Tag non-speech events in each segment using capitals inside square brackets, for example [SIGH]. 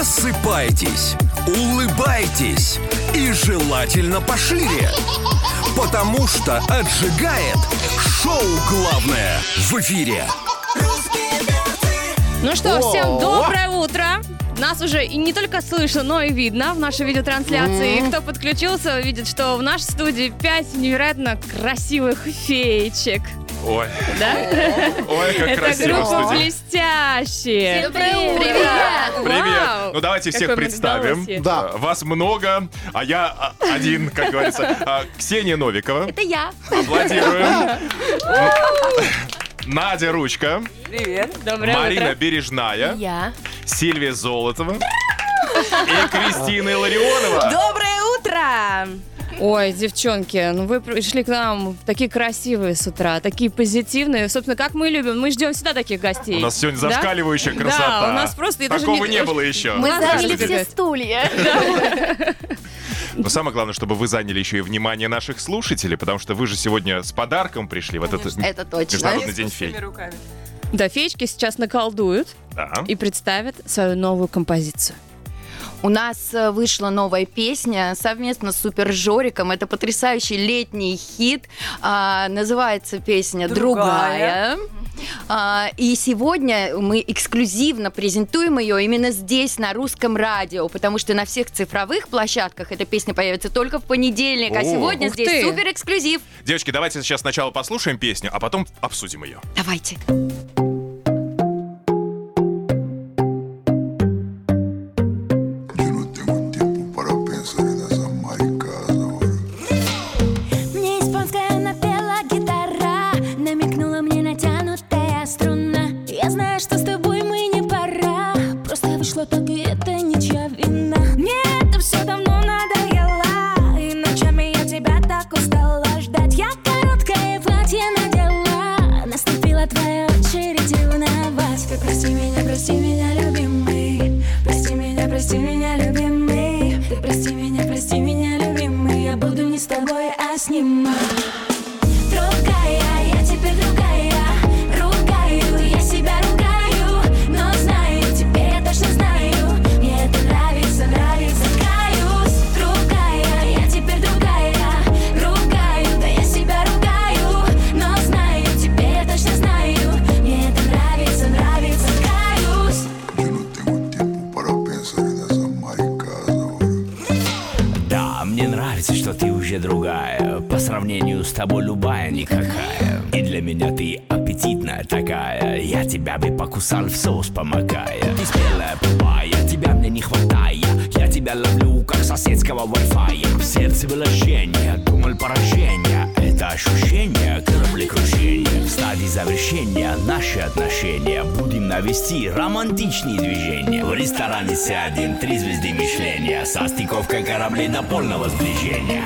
Просыпайтесь, улыбайтесь и желательно пошире. Потому что отжигает шоу «Главное» в эфире. Ну что, О! всем доброе утро! Нас уже и не только слышно, но и видно в нашей видеотрансляции. И Кто подключился, видит, что в нашей студии 5 невероятно красивых феечек. Ой, Да? ой, как Это красиво в группа студии. «Блестящие». Доброе утро! Привет! Вау! Привет! Ну давайте всех Какой мы представим. голосе. Да. Э, Вас много, а я а, один, как говорится. А, Ксения Новикова. Это я. [LAUGHS] Аплодируем. Надя Ручка, Доброе Марина утро. Бережная, Я. Сильвия Золотова и Кристина Ларионова. Доброе утро! Ой, девчонки, ну вы пришли к нам такие красивые с утра, такие позитивные. Собственно, как мы любим, мы ждем всегда таких гостей. У нас сегодня Да? зашкаливающая красота. Да, у нас просто... я даже Такого не было еще. Мы Ладно, заняли что все бегать. стулья. Но самое главное, чтобы вы заняли еще и внимание наших слушателей, потому что вы же сегодня с подарком пришли в этот Это точно. Международный день фей. Да, феечки сейчас наколдуют. Да. и представят свою новую композицию. У нас э, вышла новая песня совместно с Супер Жориком. Это потрясающий летний хит. А, называется песня «Другая». А, и сегодня мы эксклюзивно презентуем ее именно здесь, на русском радио, потому что на всех цифровых площадках эта песня появится только в понедельник, О. а сегодня Ух здесь ты. супер эксклюзив. Девочки, давайте сейчас сначала послушаем песню, а потом обсудим ее. Давайте. Yo no tengo tiempo para pensar en esas maricadas ahora. Мне испанская напела гитара Намекнула мне натянутая струна Я знаю, что с тобой мы не пора Просто вышло так, и это ничья вина Мне это все давно надоело И ночами я тебя так устала ждать Я короткое платье надела Наступила твоя очередь ревновать Ты прости меня, прости меня, любимый Прости меня, прости меня, любимый Ты прости меня, прости меня, любимый Я буду не с тобой, а с ним Другая, я теперь другая Ругаю, я себя ругаю Но знаю, теперь я точно знаю Мне это нравится, нравится, каюсь Другая, я теперь другая Ругаю, да я себя ругаю Но знаю, теперь я точно знаю Мне это нравится, нравится, каюсь Yo no tengo tiempo para pensar en esas maricadas ahora. Да, мне нравится, что ты уже другая По сравнению с тобой любая никакая И для меня ты аппетитная такая Я тебя бы покусал в соус помогая Ты смелая папая, тебя мне не хватает Я тебя ловлю, как соседского Wi-Fi В сердце было жжение, думал поражение Это ощущение кораблекрушения В стадии завершения наши отношения Будем навести романтичные движения В ресторане сядем, три звезды мышления Со стыковкой кораблей до полного сближения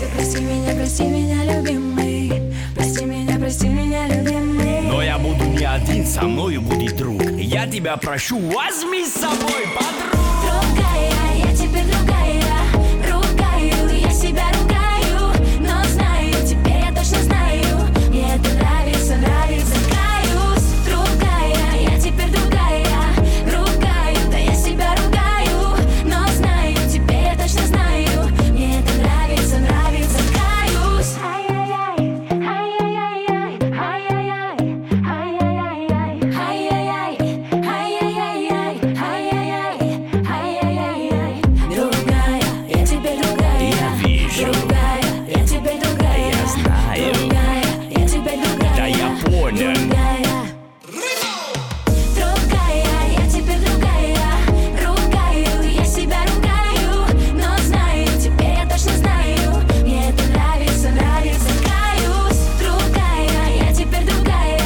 Ты прости меня, прости меня, любимый Прости меня, прости меня, любимый Но я буду не один, со мною будет друг Я тебя прошу, возьми с собой подруг Другая, я теперь другая Ругаю, я себя ругаю Но знаю, теперь я точно знаю Мне это нравится, нравится, каюсь Другая, я теперь другая Ругаю, да я себя ругаю Но знаю, теперь я точно знаю Мне это нравится, нравится, каюсь Ай-яй-яй, ай-яй-яй, ай-яй-яй, ай-яй-яй, ай-яй-яй, ай-яй-яй, ай-яй-яй, ай-яй-яй. Другая, я теперь другая. Я вижу. Другая, я теперь другая. Я знаю. Другая, я теперь другая. Да я понял Другая. Другая, я теперь другая Ругаю, я себя ругаю Но знаю, теперь я точно знаю Мне это нравится, нравится, каюсь Другая, я теперь другая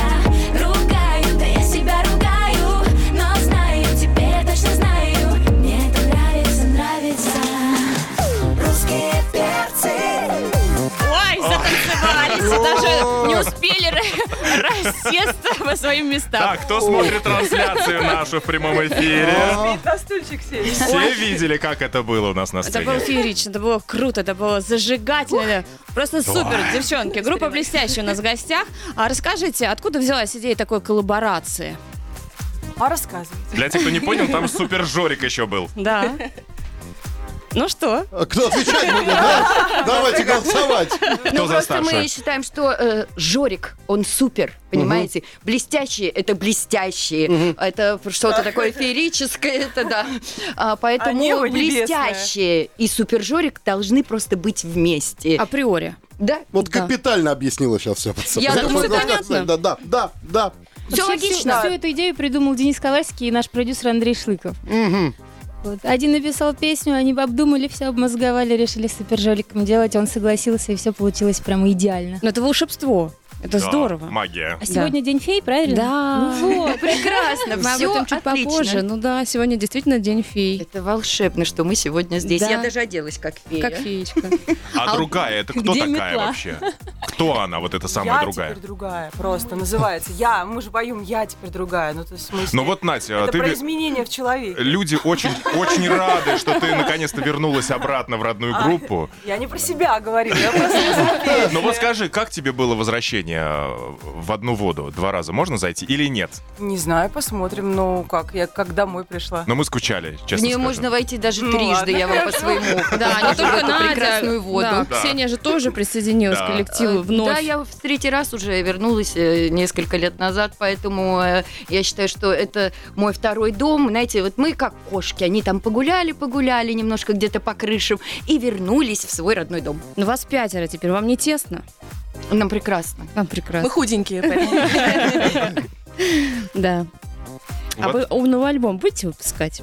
Ругаю, да я себя ругаю Но знаю, теперь я точно знаю Мне это нравится, нравится Русские перцы Ой, затанцевались, и даже не успели ра- рассесться по своим местам. Так, кто смотрит трансляцию нашу в прямом эфире? Все видели, как это было у нас на Это было сцене. феерично, это было круто, это было зажигательно. Просто супер, девчонки. Группа «Блестящая» у нас в гостях. А расскажите, откуда взялась идея такой коллаборации? А рассказывайте. Для тех, кто не понял, там супер Жорик еще был. Да. Ну что? А Кто отвечать будет? да? Давайте голосовать. Кто ну, за просто мы старшее? считаем, что э, Жорик, он супер, понимаете? Блестящие — это блестящие. Это что-то такое феерическое, это да. А, поэтому небо небесное. блестящие и супер Жорик должны просто быть вместе. Априори. да? Вот Да. капитально объяснила сейчас все. Я думаю, что понятно. Да, да, да, да. Все логично. Всю эту идею придумал Денис Ковальский и наш продюсер Андрей Шлыков. Вот. Один написал песню, они обдумали, все обмозговали, решили с супержоликом делать, он согласился, и все получилось прямо идеально. Но Ну это волшебство. Это Да, здорово. Магия. А сегодня день фей, правильно? Да. [LAUGHS] Ну вот. Прекрасно, Мы об всё этом чуть отлично. попозже. Ну да, сегодня действительно день фей. Ну, Это волшебно, что мы сегодня здесь. Да. Я даже оделась как фея. Как феечка. А другая, это кто где такая метла? вообще? Кто она, вот эта самая я другая? теперь другая, просто называется. Я, мы же поем «Я теперь другая». Ну, то есть, в смысле, Ну вот, Натя, это ты... про ве- изменения в человеке. Люди очень, очень рады, что ты наконец-то вернулась обратно в родную А. группу. Я не про себя говорила, я просто Ну вот скажи, как тебе было возвращение э, в одну воду? Два раза можно зайти или нет? Не знаю, посмотрим, ну как, я как домой пришла. Но мы скучали, честно В нее скажу. можно войти даже Ну трижды, ладно, я вам по-своему. Да, не покажу А только эту Надя. прекрасную воду. Да, Да. Ксения же тоже присоединилась Да. к Э, коллективу вновь. Да, я в третий раз уже вернулась э, несколько лет назад, поэтому э, я считаю, что это мой второй дом. Знаете, вот мы как кошки, они там погуляли, погуляли немножко где-то по крышам и вернулись в свой родной дом. Ну, вас пятеро теперь, вам не тесно? Нам прекрасно. Нам Мы прекрасно. худенькие, поэтому. Да. А Вот. вы о, новый альбом будете выпускать?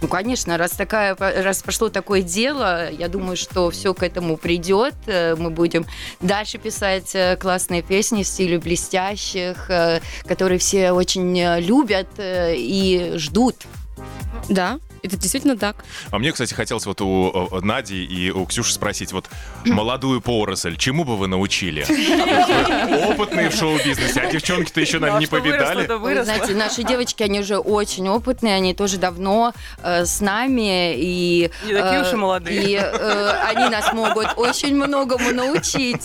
Ну, конечно, раз такая, раз пошло такое дело, я думаю, что все к этому придет. Э, Мы будем дальше писать э, классные песни в стиле блестящих, э, которые все очень э, любят э, и ждут. Да, это действительно так. А мне, кстати, хотелось вот у э, Нади и у Ксюши спросить, вот молодую поросль, чему бы вы научили? Вы Опытные в шоу-бизнесе, а девчонки-то еще, Ну, а наверное, не что выросло, повидали. то Вы выросло. знаете, наши девочки, они уже очень опытные, они тоже давно э, с нами и Не такие уж и э, молодые. и, э, они нас могут очень многому научить.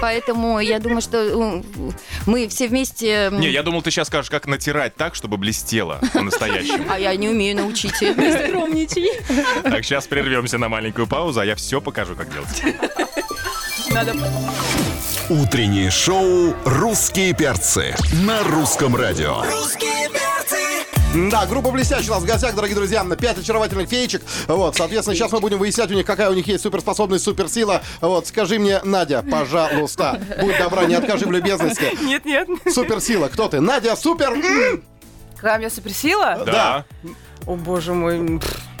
Поэтому я думаю, что э, мы все вместе. Не, я думал, ты сейчас скажешь, как натирать так, чтобы блестело по-настоящему. А я не умею научить. Так, сейчас прервемся на маленькую паузу, а я все покажу, как делать. Надо Утреннее шоу «Русские перцы» на русском радио. Да, группа «Блестящий» у нас в гостях, дорогие друзья. на Пять очаровательных феечек. Вот, соответственно, сейчас мы будем выяснять у них, какая у них есть суперспособность, суперсила. Вот, скажи мне, Надя, пожалуйста, будь добра, не откажи в любезности. Нет, нет. Суперсила, кто ты? Надя, супер... м? Какая меня суперсила? Да. О, боже мой.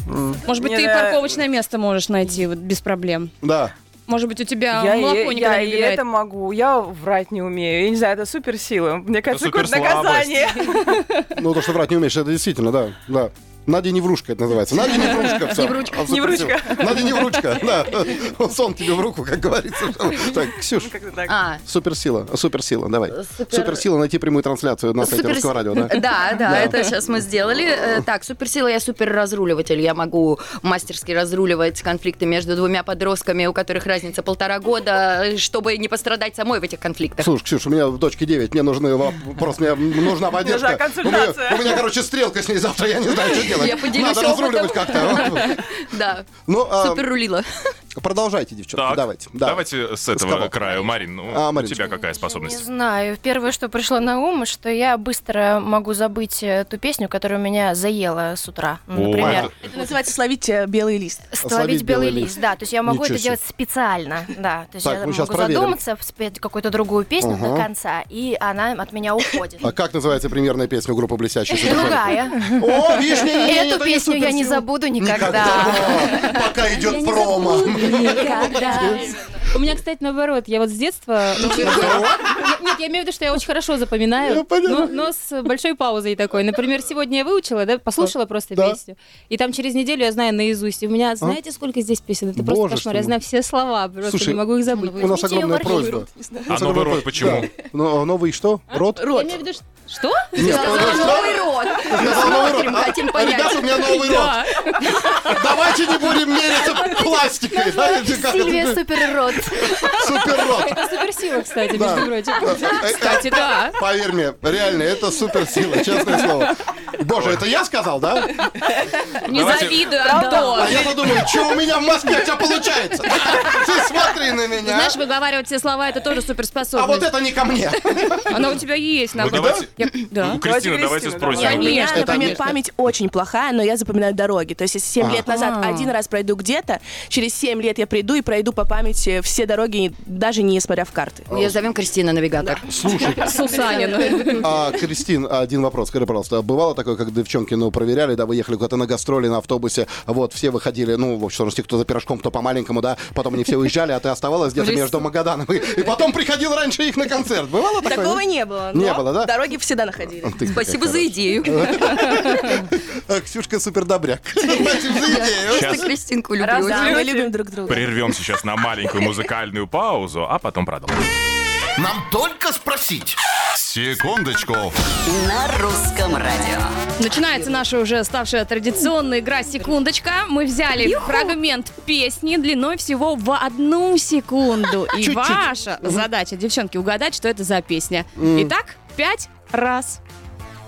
Может быть, Мне ты и нрав- парковочное место можешь найти вот, без проблем. Да. Может быть, у тебя Я, А, молоко и, никогда я не и убегает. это могу. Я врать не умею. Я не знаю, это суперсила. Мне кажется, какое-то суперслабость. наказание. [LAUGHS] Ну, то, что врать не умеешь, это действительно, да, да. Надя не врушка это называется. Надя не врушка. всё. А, супер, Невручка. всё. Надя не вручка, да. Сон тебе в руку, как говорится. Так, Ксюш, Как-то [LAUGHS] так. А, суперсила, суперсила, давай. Супер- Суперсила найти прямую трансляцию на сайте Супер- Русского радио, да? Да, да, это сейчас мы сделали. Э, Так, суперсила, я суперразруливатель. Я могу мастерски разруливать конфликты между двумя подростками, у которых разница полтора года, э, чтобы не пострадать самой в этих конфликтах. [LAUGHS] Слушай, Ксюш, у меня в дочке 9, мне нужны воп- просто мне нужна поддержка. Нужна консультация. У меня, у меня, короче, стрелка с ней завтра, я не знаю, что делать. [LAUGHS] Я поделюсь Надо опытом. разруливать как-то. Да, Ну, а, супер рулила. продолжайте, девчонки, Так, Ну, давайте. да. давайте с С этого кого? края. Марин, ну, А, у Мариночка. тебя какая Не способность? знаю. Первое, что пришло на ум, что я быстро могу забыть э, ту песню, которая меня заела с утра. Ну, О, Например, это- Это называется словить э, белый лист. «Словить «Словить белый белый лист». Да, то есть я могу Ничего это себе. делать специально. Да, то есть Так, я мы могу щас проверим. задуматься, спеть какую-то другую песню Ага. до конца, и она от меня уходит. А как называется примерная песня группы «Блестящий Другая. О, видишь, не, не, не, это Эту не песню я не суперсила. забуду никогда. Никогда. Пока А идет промо. [LAUGHS] Никогда. У меня, кстати, наоборот, я вот с детства... ну, [LAUGHS] Нет, я имею в виду, что я очень хорошо запоминаю, Я поняла. но, но с большой паузой такой. Например, сегодня я выучила, да, послушала просто Да. А? песню, и там через неделю я знаю наизусть. И у меня, знаете, сколько здесь песен? Это Боже просто ж кошмар. Я ты знаю все слова, просто Слушай, не могу их забыть. У нас огромная просьба. ну, А новый рот почему? Да. Но- Новый что? Рот? Я имею в виду, что... Что? Нет, Сказала что? новый рот. рот. Мы сказала новый смотрим, рот, а? хотим А, понять. ребята, у меня новый рот. Да. [LAUGHS] Давайте не будем мериться пластикой. да, или как это Сильвия будет? суперрот. Суперрот. Это суперсила, кстати, Да. между прочим. Э, э, Кстати, да. Поверь мне, реально, это суперсила, честное слово. Боже, это я сказал, да? Не Давайте- завидую, Антон. А я подумаю, что у меня в Москве у тебя получается? Ты смотри на меня. Знаешь, выговаривать все слова, это тоже суперспособность. А вот это не ко мне. Она у тебя есть, Ну, наоборот. давайте- Я- Да. Ну, Кристина, давайте Кристина, спросим. давай. у Конечно, меня, например, конечно. память очень плохая, но я запоминаю дороги. То есть, если 7 лет назад А. один раз пройду где-то, через 7 лет я приду и пройду по памяти все дороги, даже не смотря в карты. Ее зовем Кристина Навигатор. Слушай, Сусанин. а, Кристин, один вопрос, скажи, пожалуйста, а бывало такое, как девчонки, ну, проверяли, да, вы ехали куда-то на гастроли, на автобусе, вот, все выходили, ну, в общем, сложности, кто за пирожком, кто по-маленькому, да, потом они все уезжали, а ты оставалась где-то между Магаданом, и, и потом приходил раньше их на концерт, бывало такое? Такого нет? не было. Не но было, да? Дороги всегда находили. Ты какая Спасибо за идею. хорошая. А, [LAUGHS] Ксюшка супердобряк. Спасибо за идею. Просто Сейчас. Кристинку Да, люблю. мы любим друг друга. Прервем сейчас на маленькую музыкальную паузу, а потом продолжим. Нам только спросить. Секундочку. На русском радио. Начинается наша уже ставшая традиционная игра «Секундочка». Мы взяли фрагмент песни длиной всего в одну секунду. И ваша задача, девчонки, угадать, что это за песня. Итак, пять раз.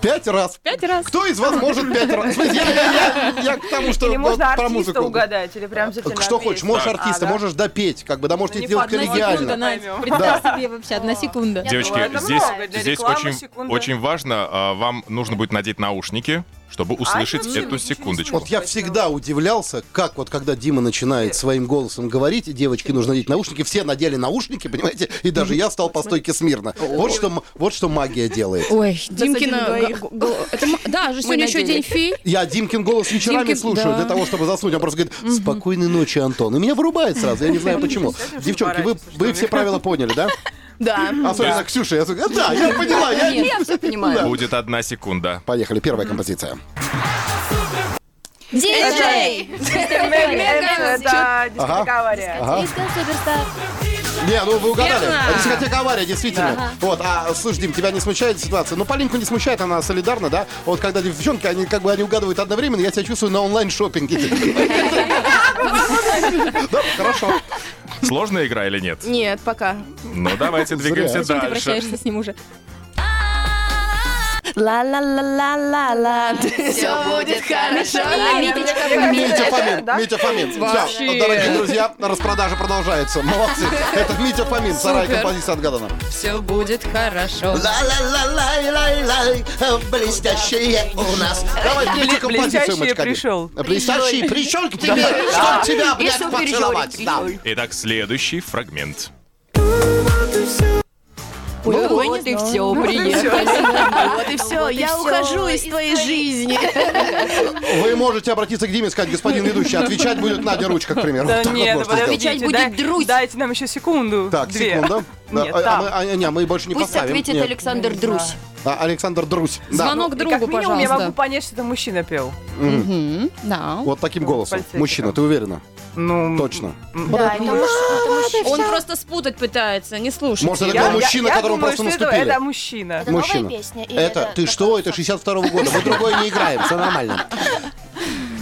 Пять раз. Пять раз. Кто из вас может пять раз? В смысле, Я, я- я- я к тому, что Или вот можно про артиста музыку. угадать, или прям обязательно Что песню. хочешь, можешь А, артиста, да. можешь допеть, как бы, да, можете Ну, не сделать по одной коллегиально. секунде, Поймем. Представь Да. себе вообще, одна секунда. Девочки, думала, это здесь, много для здесь рекламы очень, секунда. очень важно, а, вам нужно будет надеть наушники, чтобы услышать вообще эту ничего не секундочку. Вот я всегда удивлялся, как вот когда Дима начинает своим голосом говорить, и девочки нужно надеть наушники, все надели наушники, понимаете, и даже я стал по стойке смирно. Вот что, м- вот что магия делает. Ой, Димкина... двоих. г- г- это м- Да, же сегодня еще день надели. фей. Я Димкин голос вечерами Димкин, слушаю да. для того, чтобы заснуть. Он просто говорит, спокойной ночи, Антон. И меня вырубает сразу, я не знаю почему. Кстати, Девчонки, вы, поворачивайся, вы что все правила поняли, да? Да. Особенно Да. Ксюша. Я такой, да, я поняла, я не- Я все понимаю. Будет одна секунда. Поехали, первая композиция. Диджей! Да, дискотека авария. Ага. Не, ну вы угадали. Верно. Дискотека авария, действительно. Вот, а слушай, Дим, тебя не смущает ситуация? Ну, Полинку не смущает, она солидарна, да? Вот когда девчонки, они как бы они угадывают одновременно, я тебя чувствую на онлайн-шоппинге. Да, хорошо. Сложная игра или нет? Нет, пока. Ну, давайте двигаемся Ты дальше. прощаешься с ним уже. Ла-ла-ла-ла-ла-ла. Все будет хорошо. Митя Фомин, Митя Фомин. Все, Вообще. дорогие друзья, распродажа продолжается. Молодцы. Это Митя Фомин, вторая Супер. композиция отгадана. Все будет хорошо. Ла-ла-ла-лай-лай-лай, блестящие у нас. Давай третью композицию, блестящие Мочкаби. пришел. Блестящие пришел к тебе, чтоб тебя, И блядь, поцеловать. супер Да. Итак, следующий фрагмент. Вот и все, приехали. Вот и все, я ухожу из твоей жизни. Вы можете обратиться к Диме и сказать, господин ведущий, отвечать будет Надя Ручка, к примеру. Да Вот так нет, вот да можно сделать. Отвечать подождите, будет дай- Друзь. Дайте нам еще секунду. Так, две. секунду. Да, Нет, а- а там. мы- а- а- Не, мы больше не Пусть поставим. ответит Нет. Александр Друзь. А, Александр Друзь. Да, Звонок И как другу, минимум я могу пожалуйста. понять, что это мужчина пел. Мгм, Да. ну, Вот таким голосом. Пальцетиком. Мужчина, ты уверена? Ну, Точно. Он просто спутать пытается, не слушайте. Может, это был мужчина, которому просто думаю, что это- наступили? Это мужчина. новая Мужчина. песня? Это, ты что, это 62-го года, мы другое не играем, все нормально.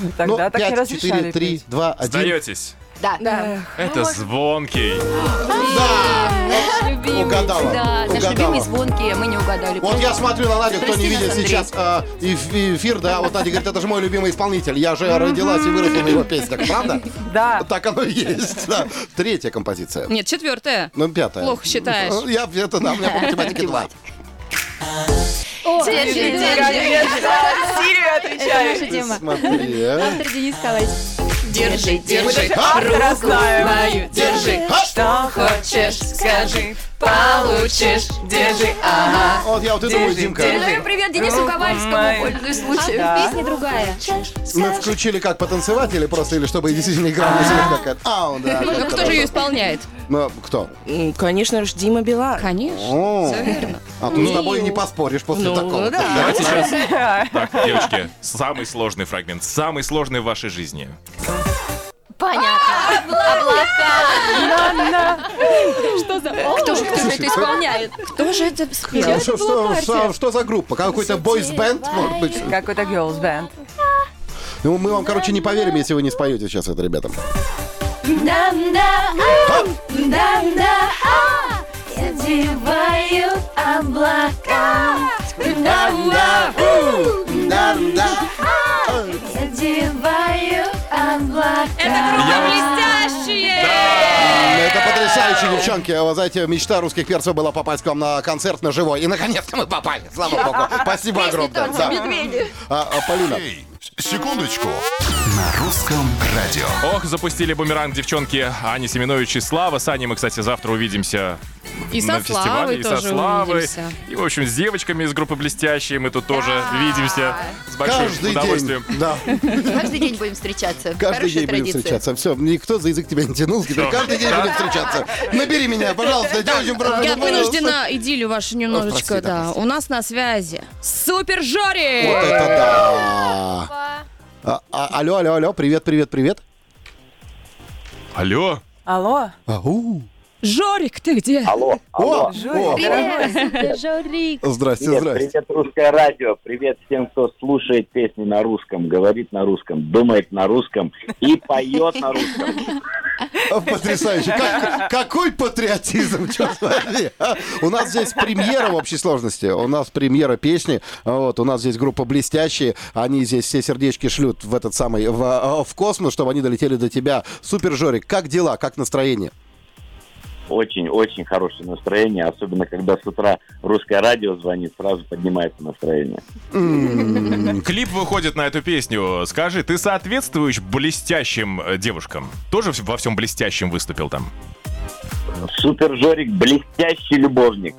Ну, Тогда так не 5, разрешали 4, 3, петь. 2, 1. Сдаетесь? Да. Это звонкий. Угадала. Да, наш Угадала. любимый звонкий, мы не угадали. Вот я смотрю на Надю, кто не Прости нас, видит Андрей. сейчас э, эф- эфир, да, вот Надя говорит, это же мой любимый исполнитель, я же родилась и выросла на его песнях, правда? Да. Так оно и есть, да. Третья композиция. Нет, четвертая. Ну, пятая. Плохо считаешь. Ну, Я, это, да, у меня по математике два. Держи, держи, Сирию Наша отвечает. тема. Смотри, а. Э? Автор Денис Ковальский. держи, держи. Автора знаем. Держи, Что хочешь, скажи, получишь. Держи. Вот я вот и думаю, Димка. Передаем привет Денису Друг Ковальскому, мой. пользуясь случаем. Да. Песня другая. Мы включили как потанцевать или просто, или чтобы действительно игра музыка какая-то. А, он, да. Ну, кто же ее исполняет? Ну, кто? М, Конечно же, Дима Билан. Конечно. О, Все верно. Ну. А тут с тобой не поспоришь после такого. Давайте сейчас. Так, девочки, самый сложный фрагмент, самый сложный в вашей жизни. Понятно. Облака. Что за... Кто же кто же это Слушай, исполняет? [LAUGHS] Кто же это спел? Что, что- что- что за группа? Какой-то бойс-бенд, может быть? Какой-то girls band. Ну, мы вам, короче, не поверим, если вы не споете сейчас это, ребята. Да-да, а, да-да, а, я деваю облака. Да-да, у, да-да, а, я деваю облака. Блестящие! Это потрясающе, девчонки. Вы знаете, мечта русских перцев была попасть к вам на концерт на живой. И, наконец-то, мы попали. Слава [LAUGHS] богу. Спасибо огромное. Да. А, а, Полина. Секундочку. На русском радио. Ох, запустили бумеранг девчонки Аня Семенович и Слава. С Аней мы, кстати, завтра увидимся И со на Славой фестивале. и со тоже Славой. увидимся. И, в общем, с девочками из группы «Блестящие» мы тут тоже видимся с большим Каждый удовольствием. день. Да. Каждый день будем встречаться. Каждый Хорошая день будем традиция. встречаться. Все, никто за язык тебя не тянул. Теперь Всё. каждый день Да. будем встречаться. Набери меня, пожалуйста. девочка, пожалуйста. Я вынуждена идилию вашу немножечко, прости, да, да. У нас на связи Супер Жори! Вот это да. А, а- алло, алло, алло, привет, привет, привет. Алло. Алло. Ау. Жорик, ты где? Алло. О, о. Жорик. Здрасте, привет, здрасте. Привет, русское радио. Привет всем, кто слушает песни на русском, говорит на русском, думает на русском и поет на русском. Потрясающе. Как- какой патриотизм, черт возьми. а? У нас здесь премьера в общей сложности. У нас премьера песни. Вот, у нас здесь группа «Блестящие». Они здесь все сердечки шлют в этот самый, в, а, в космос, чтобы они долетели до тебя. Супер, Жорик, как дела, как настроение? Очень-очень хорошее настроение, особенно когда с утра русское радио звонит, сразу поднимается настроение. Клип выходит на эту песню. Скажи, ты соответствуешь блестящим э, девушкам? Тоже во всем блестящем выступил там? Супер Жорик, блестящий любовник.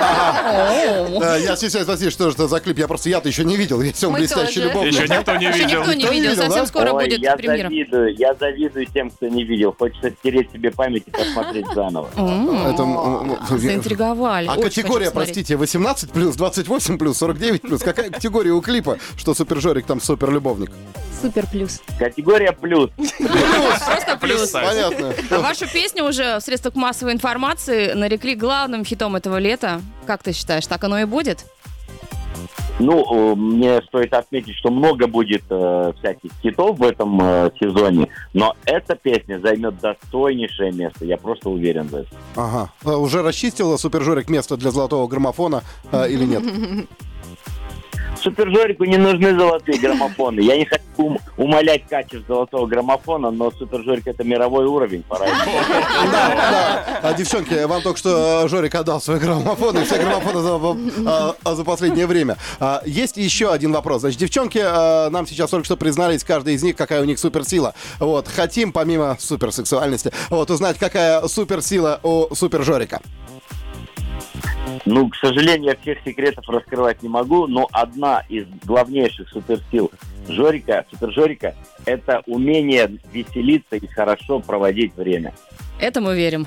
Э, Я стесняюсь спросить, что же это за клип? Я просто я-то еще не видел. Я все Мы блестящий тоже. любовник. Еще никто не Еще видел. никто не видел, совсем скоро Ой, будет я премьера. завидую, я завидую тем, кто не видел. Хочется стереть себе память и посмотреть заново. Это, м, м, Заинтриговали. А Очень категория, хочу посмотреть. простите, 18 плюс, 28 плюс, 49 плюс. Какая категория у клипа, что супер Жорик там супер любовник? Супер плюс. Категория плюс. Просто плюс. Понятно. А вашу песню уже в средствах массовой информации нарекли главным хитом этого лета. Как ты считаешь, так оно и будет? Ну, э, мне стоит отметить, что много будет э, всяких хитов в этом э, сезоне, но эта песня займет достойнейшее место, я просто уверен в этом. Ага. А Уже расчистила супер Жорик место для золотого граммофона а, или нет? Супержорику не нужны золотые граммофоны. Я не хочу ум- умалять качество золотого граммофона, но Супержорик это мировой уровень, пора. А, девчонки, вам только что э, Жорик отдал свой граммофон и все граммофоны за, а, а, за последнее время. А, Есть еще один вопрос. Значит, девчонки э, нам сейчас только что признались, каждая из них, какая у них суперсила. Вот, хотим, помимо суперсексуальности, вот, узнать, какая суперсила у супер Жорика. Ну, к сожалению, я всех секретов раскрывать не могу, но одна из главнейших суперсил Жорика, Супержорика, это умение веселиться и хорошо проводить время. Это мы верим.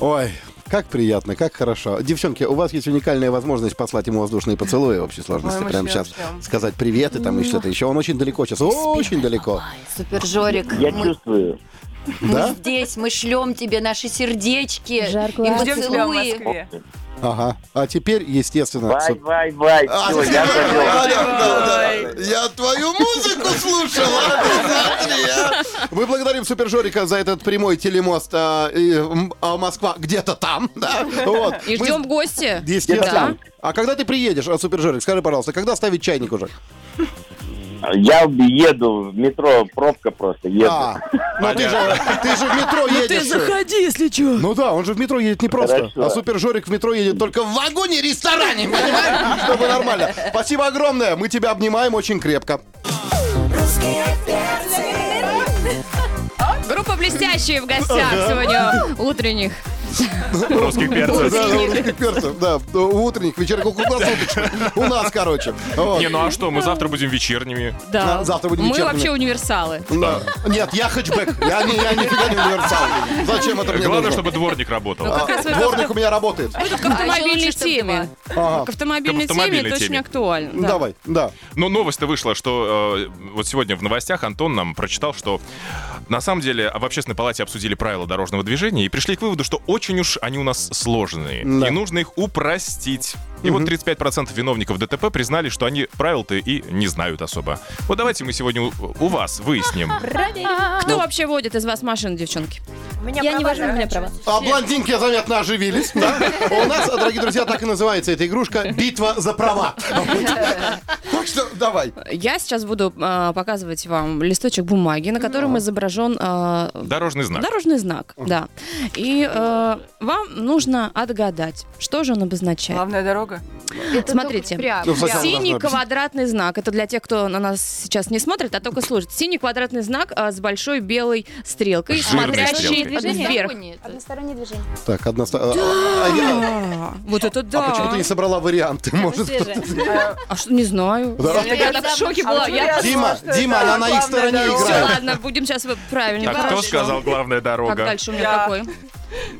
Ой, как приятно, как хорошо. Девчонки, у вас есть уникальная возможность послать ему воздушные поцелуи в общей сложности. мы Прямо ждем, сейчас сказать привет и там и что-то еще. Он очень далеко сейчас, очень далеко. Супер Жорик. Я мы- чувствую. Мы Да? здесь, мы шлем тебе наши сердечки и Мы ждем тебя в поцелуи. Москве. Ага. А теперь, естественно... Вай, суп- вай, вай, А, всё, теперь- я Да, завёл. да, да, да. Я твою музыку слушала. Смотри, а. Мы благодарим Супер Жорика за этот прямой телемост. а, и, м, а, Москва где-то там, [LAUGHS] да? Вот. И Мы- ждем в гости. Естественно. А когда ты приедешь, а, Супер Жорик, скажи, пожалуйста, когда ставить чайник уже? Я еду в метро, пробка просто, еду. А, ну ты же, ты же в метро Ну ты едешь. заходи, если что. Ну да, он же в метро едет не просто. Хорошо. А супер Жорик в метро едет только в вагоне-ресторане, понимаешь? Чтобы нормально. Спасибо огромное. Мы тебя обнимаем очень крепко. Группа «Блестящие» в гостях сегодня утренних Русских перцев. Да, да, русских перцев, да. Ну, Утренних, вечерних, круглосуточных. У нас, короче. Вот. Не, ну а что, мы завтра будем вечерними. Да. Завтра будем Мы вечерними. вообще универсалы. Да. Нет, я хэтчбэк. Я, не, я нифига не универсал. Зачем это мне Главное, нужно? чтобы дворник работал. А, Дворник у меня работает. Вы тут к автомобильной теме. Ага. К автомобильной теме это очень актуально. да. Давай, да. Но новость-то вышла, что э, вот сегодня в новостях Антон нам прочитал, что на самом деле в общественной палате обсудили правила дорожного движения и пришли к выводу, что очень уж они у нас сложные. Да. И нужно их упростить. И вот 35% виновников ДТП признали, что они правил-то и не знают особо. Вот давайте мы сегодня у, у вас выясним. Кто вообще водит из вас машину, девчонки? Я не вожу, у меня права. А блондинки заметно оживились, да? У нас, дорогие друзья, так и называется эта игрушка «Битва за права». Так что давай. Я сейчас буду э, показывать вам листочек бумаги, на котором изображен э, Дорожный знак. дорожный знак. Да. И э, вам нужно отгадать, что же он обозначает. Главная дорога. Смотрите, Ну, сначала синий должна объяснить. квадратный знак. Это для тех, кто на нас сейчас не смотрит, а только слушает. Синий квадратный знак а, с большой белой стрелкой, Жирной смотрящей стрелкой. А вверх. Одностороннее движение. Так, одна... ста- а, а я- Вот это А да. почему ты не собрала варианты? Может, А что, не знаю. Да. Я тогда в шоке А была. Я- А Дима, Дима, она на их стороне Всё, играет. ладно, будем сейчас вы- правильно. А кто Хорошо. сказал главная Как дорога? дальше у меня какой?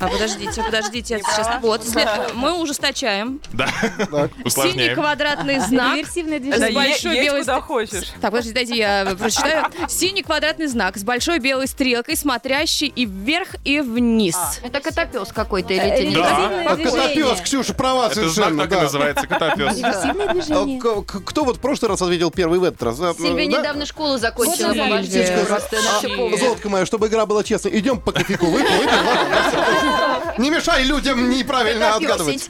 А подождите, подождите, это сейчас. Вот, след- мы ужесточаем. Да. Синий Усложняем. квадратный знак. Реверсивное С Да, е- движение. большой едь белой куда стр- хочешь. Так, подождите, дайте я э, прочитаю. Синий квадратный знак с большой белой стрелкой, смотрящий и вверх, и вниз. А. Это котопес какой-то или нет? Да. Так, котопес, А Ксюша, права Это знак совершенно. так и да. называется, котопес. Реверсивное А движение. к- к- Кто вот в прошлый раз ответил первый в этот раз? А, Сильвия да? недавно школу закончила. Год назад. молодец. Птичка, Просто она а, всё помнит. золотка моя, чтобы игра была честной. Идем по кофейку, выпил, выпил, ладно, всё. Не мешай людям неправильно отгадывать.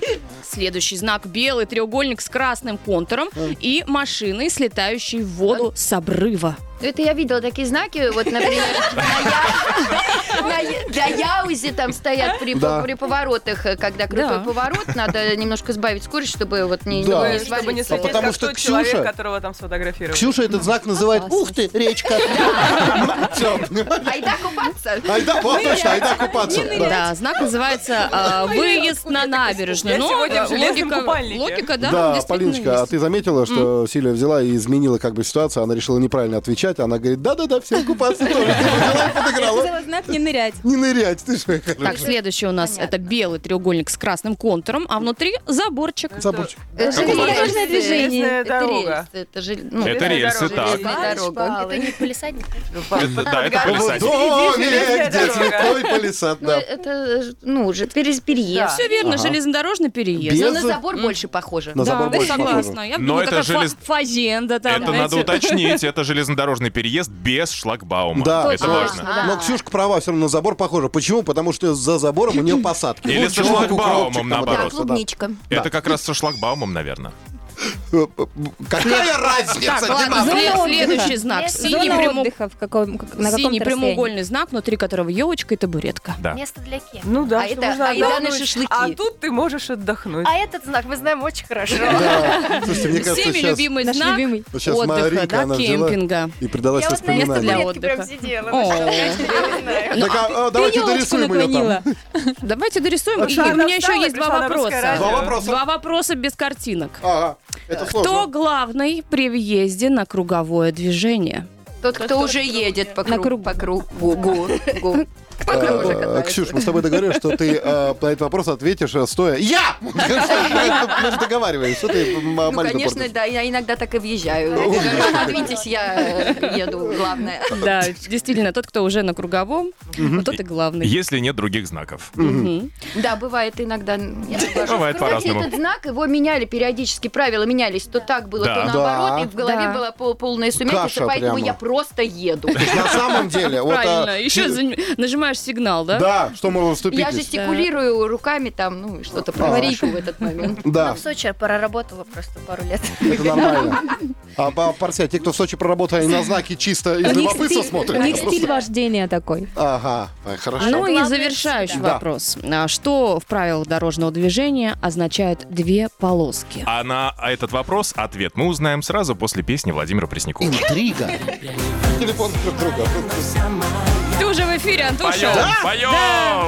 Следующий знак белый треугольник с красным контуром и машиной, слетающей в воду с обрыва. Ну, Это я видела такие знаки, вот, например, на Я- на Я- для Яузи там стоят при, Да. при поворотах, э, когда крутой Да. поворот, надо немножко сбавить скорость, чтобы вот не, Да. не Чтобы не свалиться. слететь, А, потому как что тот человек, Ксюша- которого там сфотографировали. Ксюша этот знак называет «Ух ты, речка». Все. Айда А купаться. Айда, вот точно, айда купаться. Да. Да, знак называется э, выезд на набережную. Я Ну, сегодня в э, железном логика, купальнике. логика, да, Да, действительно Полиночка, а есть. ты заметила, что Силия взяла и изменила как бы ситуацию, она решила неправильно отвечать, она говорит, да-да-да, все купаться тоже. Взяла и подыграла. Сказала знак не нырять. Не нырять, ты что? Так, следующий у нас это белый треугольник с красным контуром, а внутри заборчик. Заборчик. Это Какой железное железное движение. Железная Это дорога. рельсы, это жел- ну, Это рельсы, так. железная дорога. Это не полисадник. Ну, Это- Да, это В Ну, полисадник. доме, железная где дорога. цветой палисад, Ну, да. Это, ж, ну, уже перез- переезд. Все верно, Ага. железнодорожный переезд. Без- Но на забор больше похоже. На забор Да, больше похоже. согласна. Я Но думала, это такая желез- фа- фазенда там, Это надо знаете. уточнить. Это железнодорожный переезд без шлагбаума. Да, это да. важно. Но Ксюшка права, все равно на забор похоже. Почему? Потому что за забором у нее посадки. Или Вот со чувак у шлагбаумом, коробчика наоборот. там Да, вот так клубничка. Это как раз со шлагбаумом, наверное. вот, да. Э, Какая разница? Так, [LAUGHS] ладно, Дима? след- Зона следующий отдыха. знак. Синий, Зона прямо- отдыха в каком, как- на синий каком-то расстоянии. прямоугольный знак, внутри которого елочка и табуретка. Да. Место для кем? Ну да, А что это- можно а еда на отдохнуть. шашлыки. А тут ты можешь отдохнуть. А этот знак мы знаем очень хорошо. Да. Слушайте, мне кажется, Всеми сейчас... любимый Наш знак любимый. вот сейчас отдыха, Марика, да, она взяла кемпинга. и предалась Я вот на Место для воспоминаниям. Клетки прям отдыха. сидела. О. на шашлычке, я не знаю. Так, а, а, Ты давайте елочку дорисуем ее там. наклонила. Давайте дорисуем. И Оксана у меня еще встала, есть два пришла на русское вопроса. радио. Два вопроса. Два вопроса без картинок. Ага, это Кто сложно. главный при въезде на круговое движение? Тот, кто уже едет по На кругу. По кругу. Гу- гу. По кругу уже А, катается. Ксюш, мы с тобой договорились, что ты э, на этот вопрос ответишь э, стоя. Я! Мы же договаривались, что ты э, м, Ну, маленько конечно, портишь. да, я иногда так и въезжаю. Ну, Говорю, Отодвиньтесь, я э, еду, главное. Да, действительно, тот, кто уже на круговом, вот тот и главный. Если нет других знаков. Мгм. Да, бывает иногда. я тоже. Бывает Кстати, по-разному. этот знак, его меняли периодически, правила менялись, то так было, Да. то Да. наоборот, и в голове Да. была пол- полная сумятица, Каша поэтому прямо. я просто еду. На самом деле, вот... а, Правильно. Еще чи- за- нажимаешь сигнал, да? Да, что мы вступить. Я жестикулирую руками там, ну, и что-то про аварийку в этот момент. Да, В Сочи проработала просто пару лет. Это нормально. А по парся, те, кто в Сочи проработали на знаки чисто из У них любопытства стиль- смотрят. У них Просто- стиль вождения такой. Ага, а, хорошо. Ну и Главное завершающий всегда. Да. вопрос. А Что в правилах дорожного движения означают две полоски? А на этот вопрос ответ мы узнаем сразу после песни Владимира Преснякова. Интрига. телефон друг друга. Ты уже в эфире, Антоша. Поем, Да?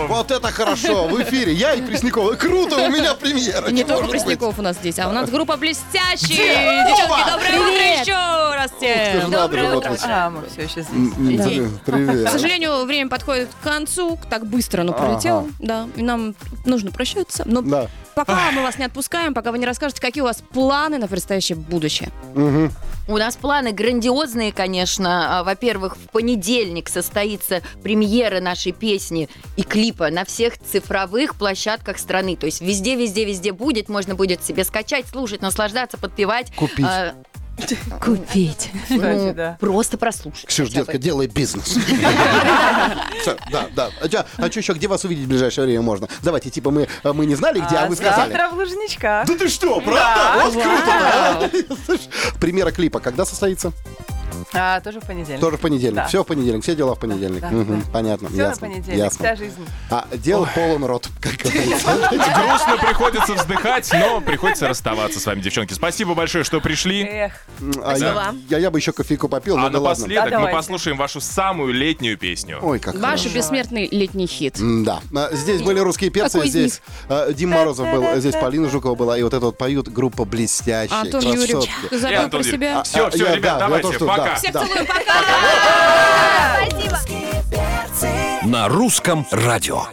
поем. Вот это хорошо, в эфире. Я и Преснякова. Круто, у меня премьера. Не Чего только может быть? Пресняков у нас здесь, а у нас группа Где? Блестящие. Девчонки, Опа! доброе утро Привет! еще раз Ух ты ж, всем. надо же, вот вы. А, мы все еще М, м, Идей. Привет. К сожалению, время подходит к концу, так быстро оно пролетело, Ага. да, и нам нужно прощаться, но Да. пока мы вас не отпускаем, пока вы не расскажете, какие у вас планы на предстоящее будущее. Мгм. У нас планы грандиозные, конечно. А, Во-первых, в понедельник состоится премьера нашей песни и клипа на всех цифровых площадках страны. То есть везде, везде, везде будет. Можно будет себе скачать, слушать, наслаждаться, подпевать. Купить. А, Купить. [LAUGHS] Ну, Кстати, да. Просто прослушать. Ксюш, детка, делай бизнес. Всё, Да, да. А чё- А что еще, где вас увидеть в ближайшее время можно? Давайте, типа, мы э, мы не знали, где, а вы сказали. Завтра в Лужничках. Да ты что, правда? Вот круто. да? Слушай, Премьера клипа когда состоится? А, тоже в понедельник. Тоже в понедельник. Да. Все в понедельник, все дела в понедельник. да, Мгм, Понятно, Все на ясно, понедельник, ясно. вся жизнь. А дел полон рот. как говорится. Грустно приходится вздыхать, но приходится расставаться с вами, девчонки. Спасибо большое, что пришли. Эх, А я- Спасибо. Я я бы еще кофейку попил, А но Ну да ладно. напоследок мы послушаем вашу самую летнюю песню. Ой, как Ваш хорошо. бессмертный летний хит. Да. А, Здесь были русские перцы, Какой из здесь э, Дим Морозов был, э, здесь Полина Жукова была, и вот это вот поют группа «Блестящие». Антон красотки. Юрьевич, ты забыл про себя. Все, все, я- да, ребят, я давайте, тоже, да, пока. Всех А, да. целую, пока! На русском радио.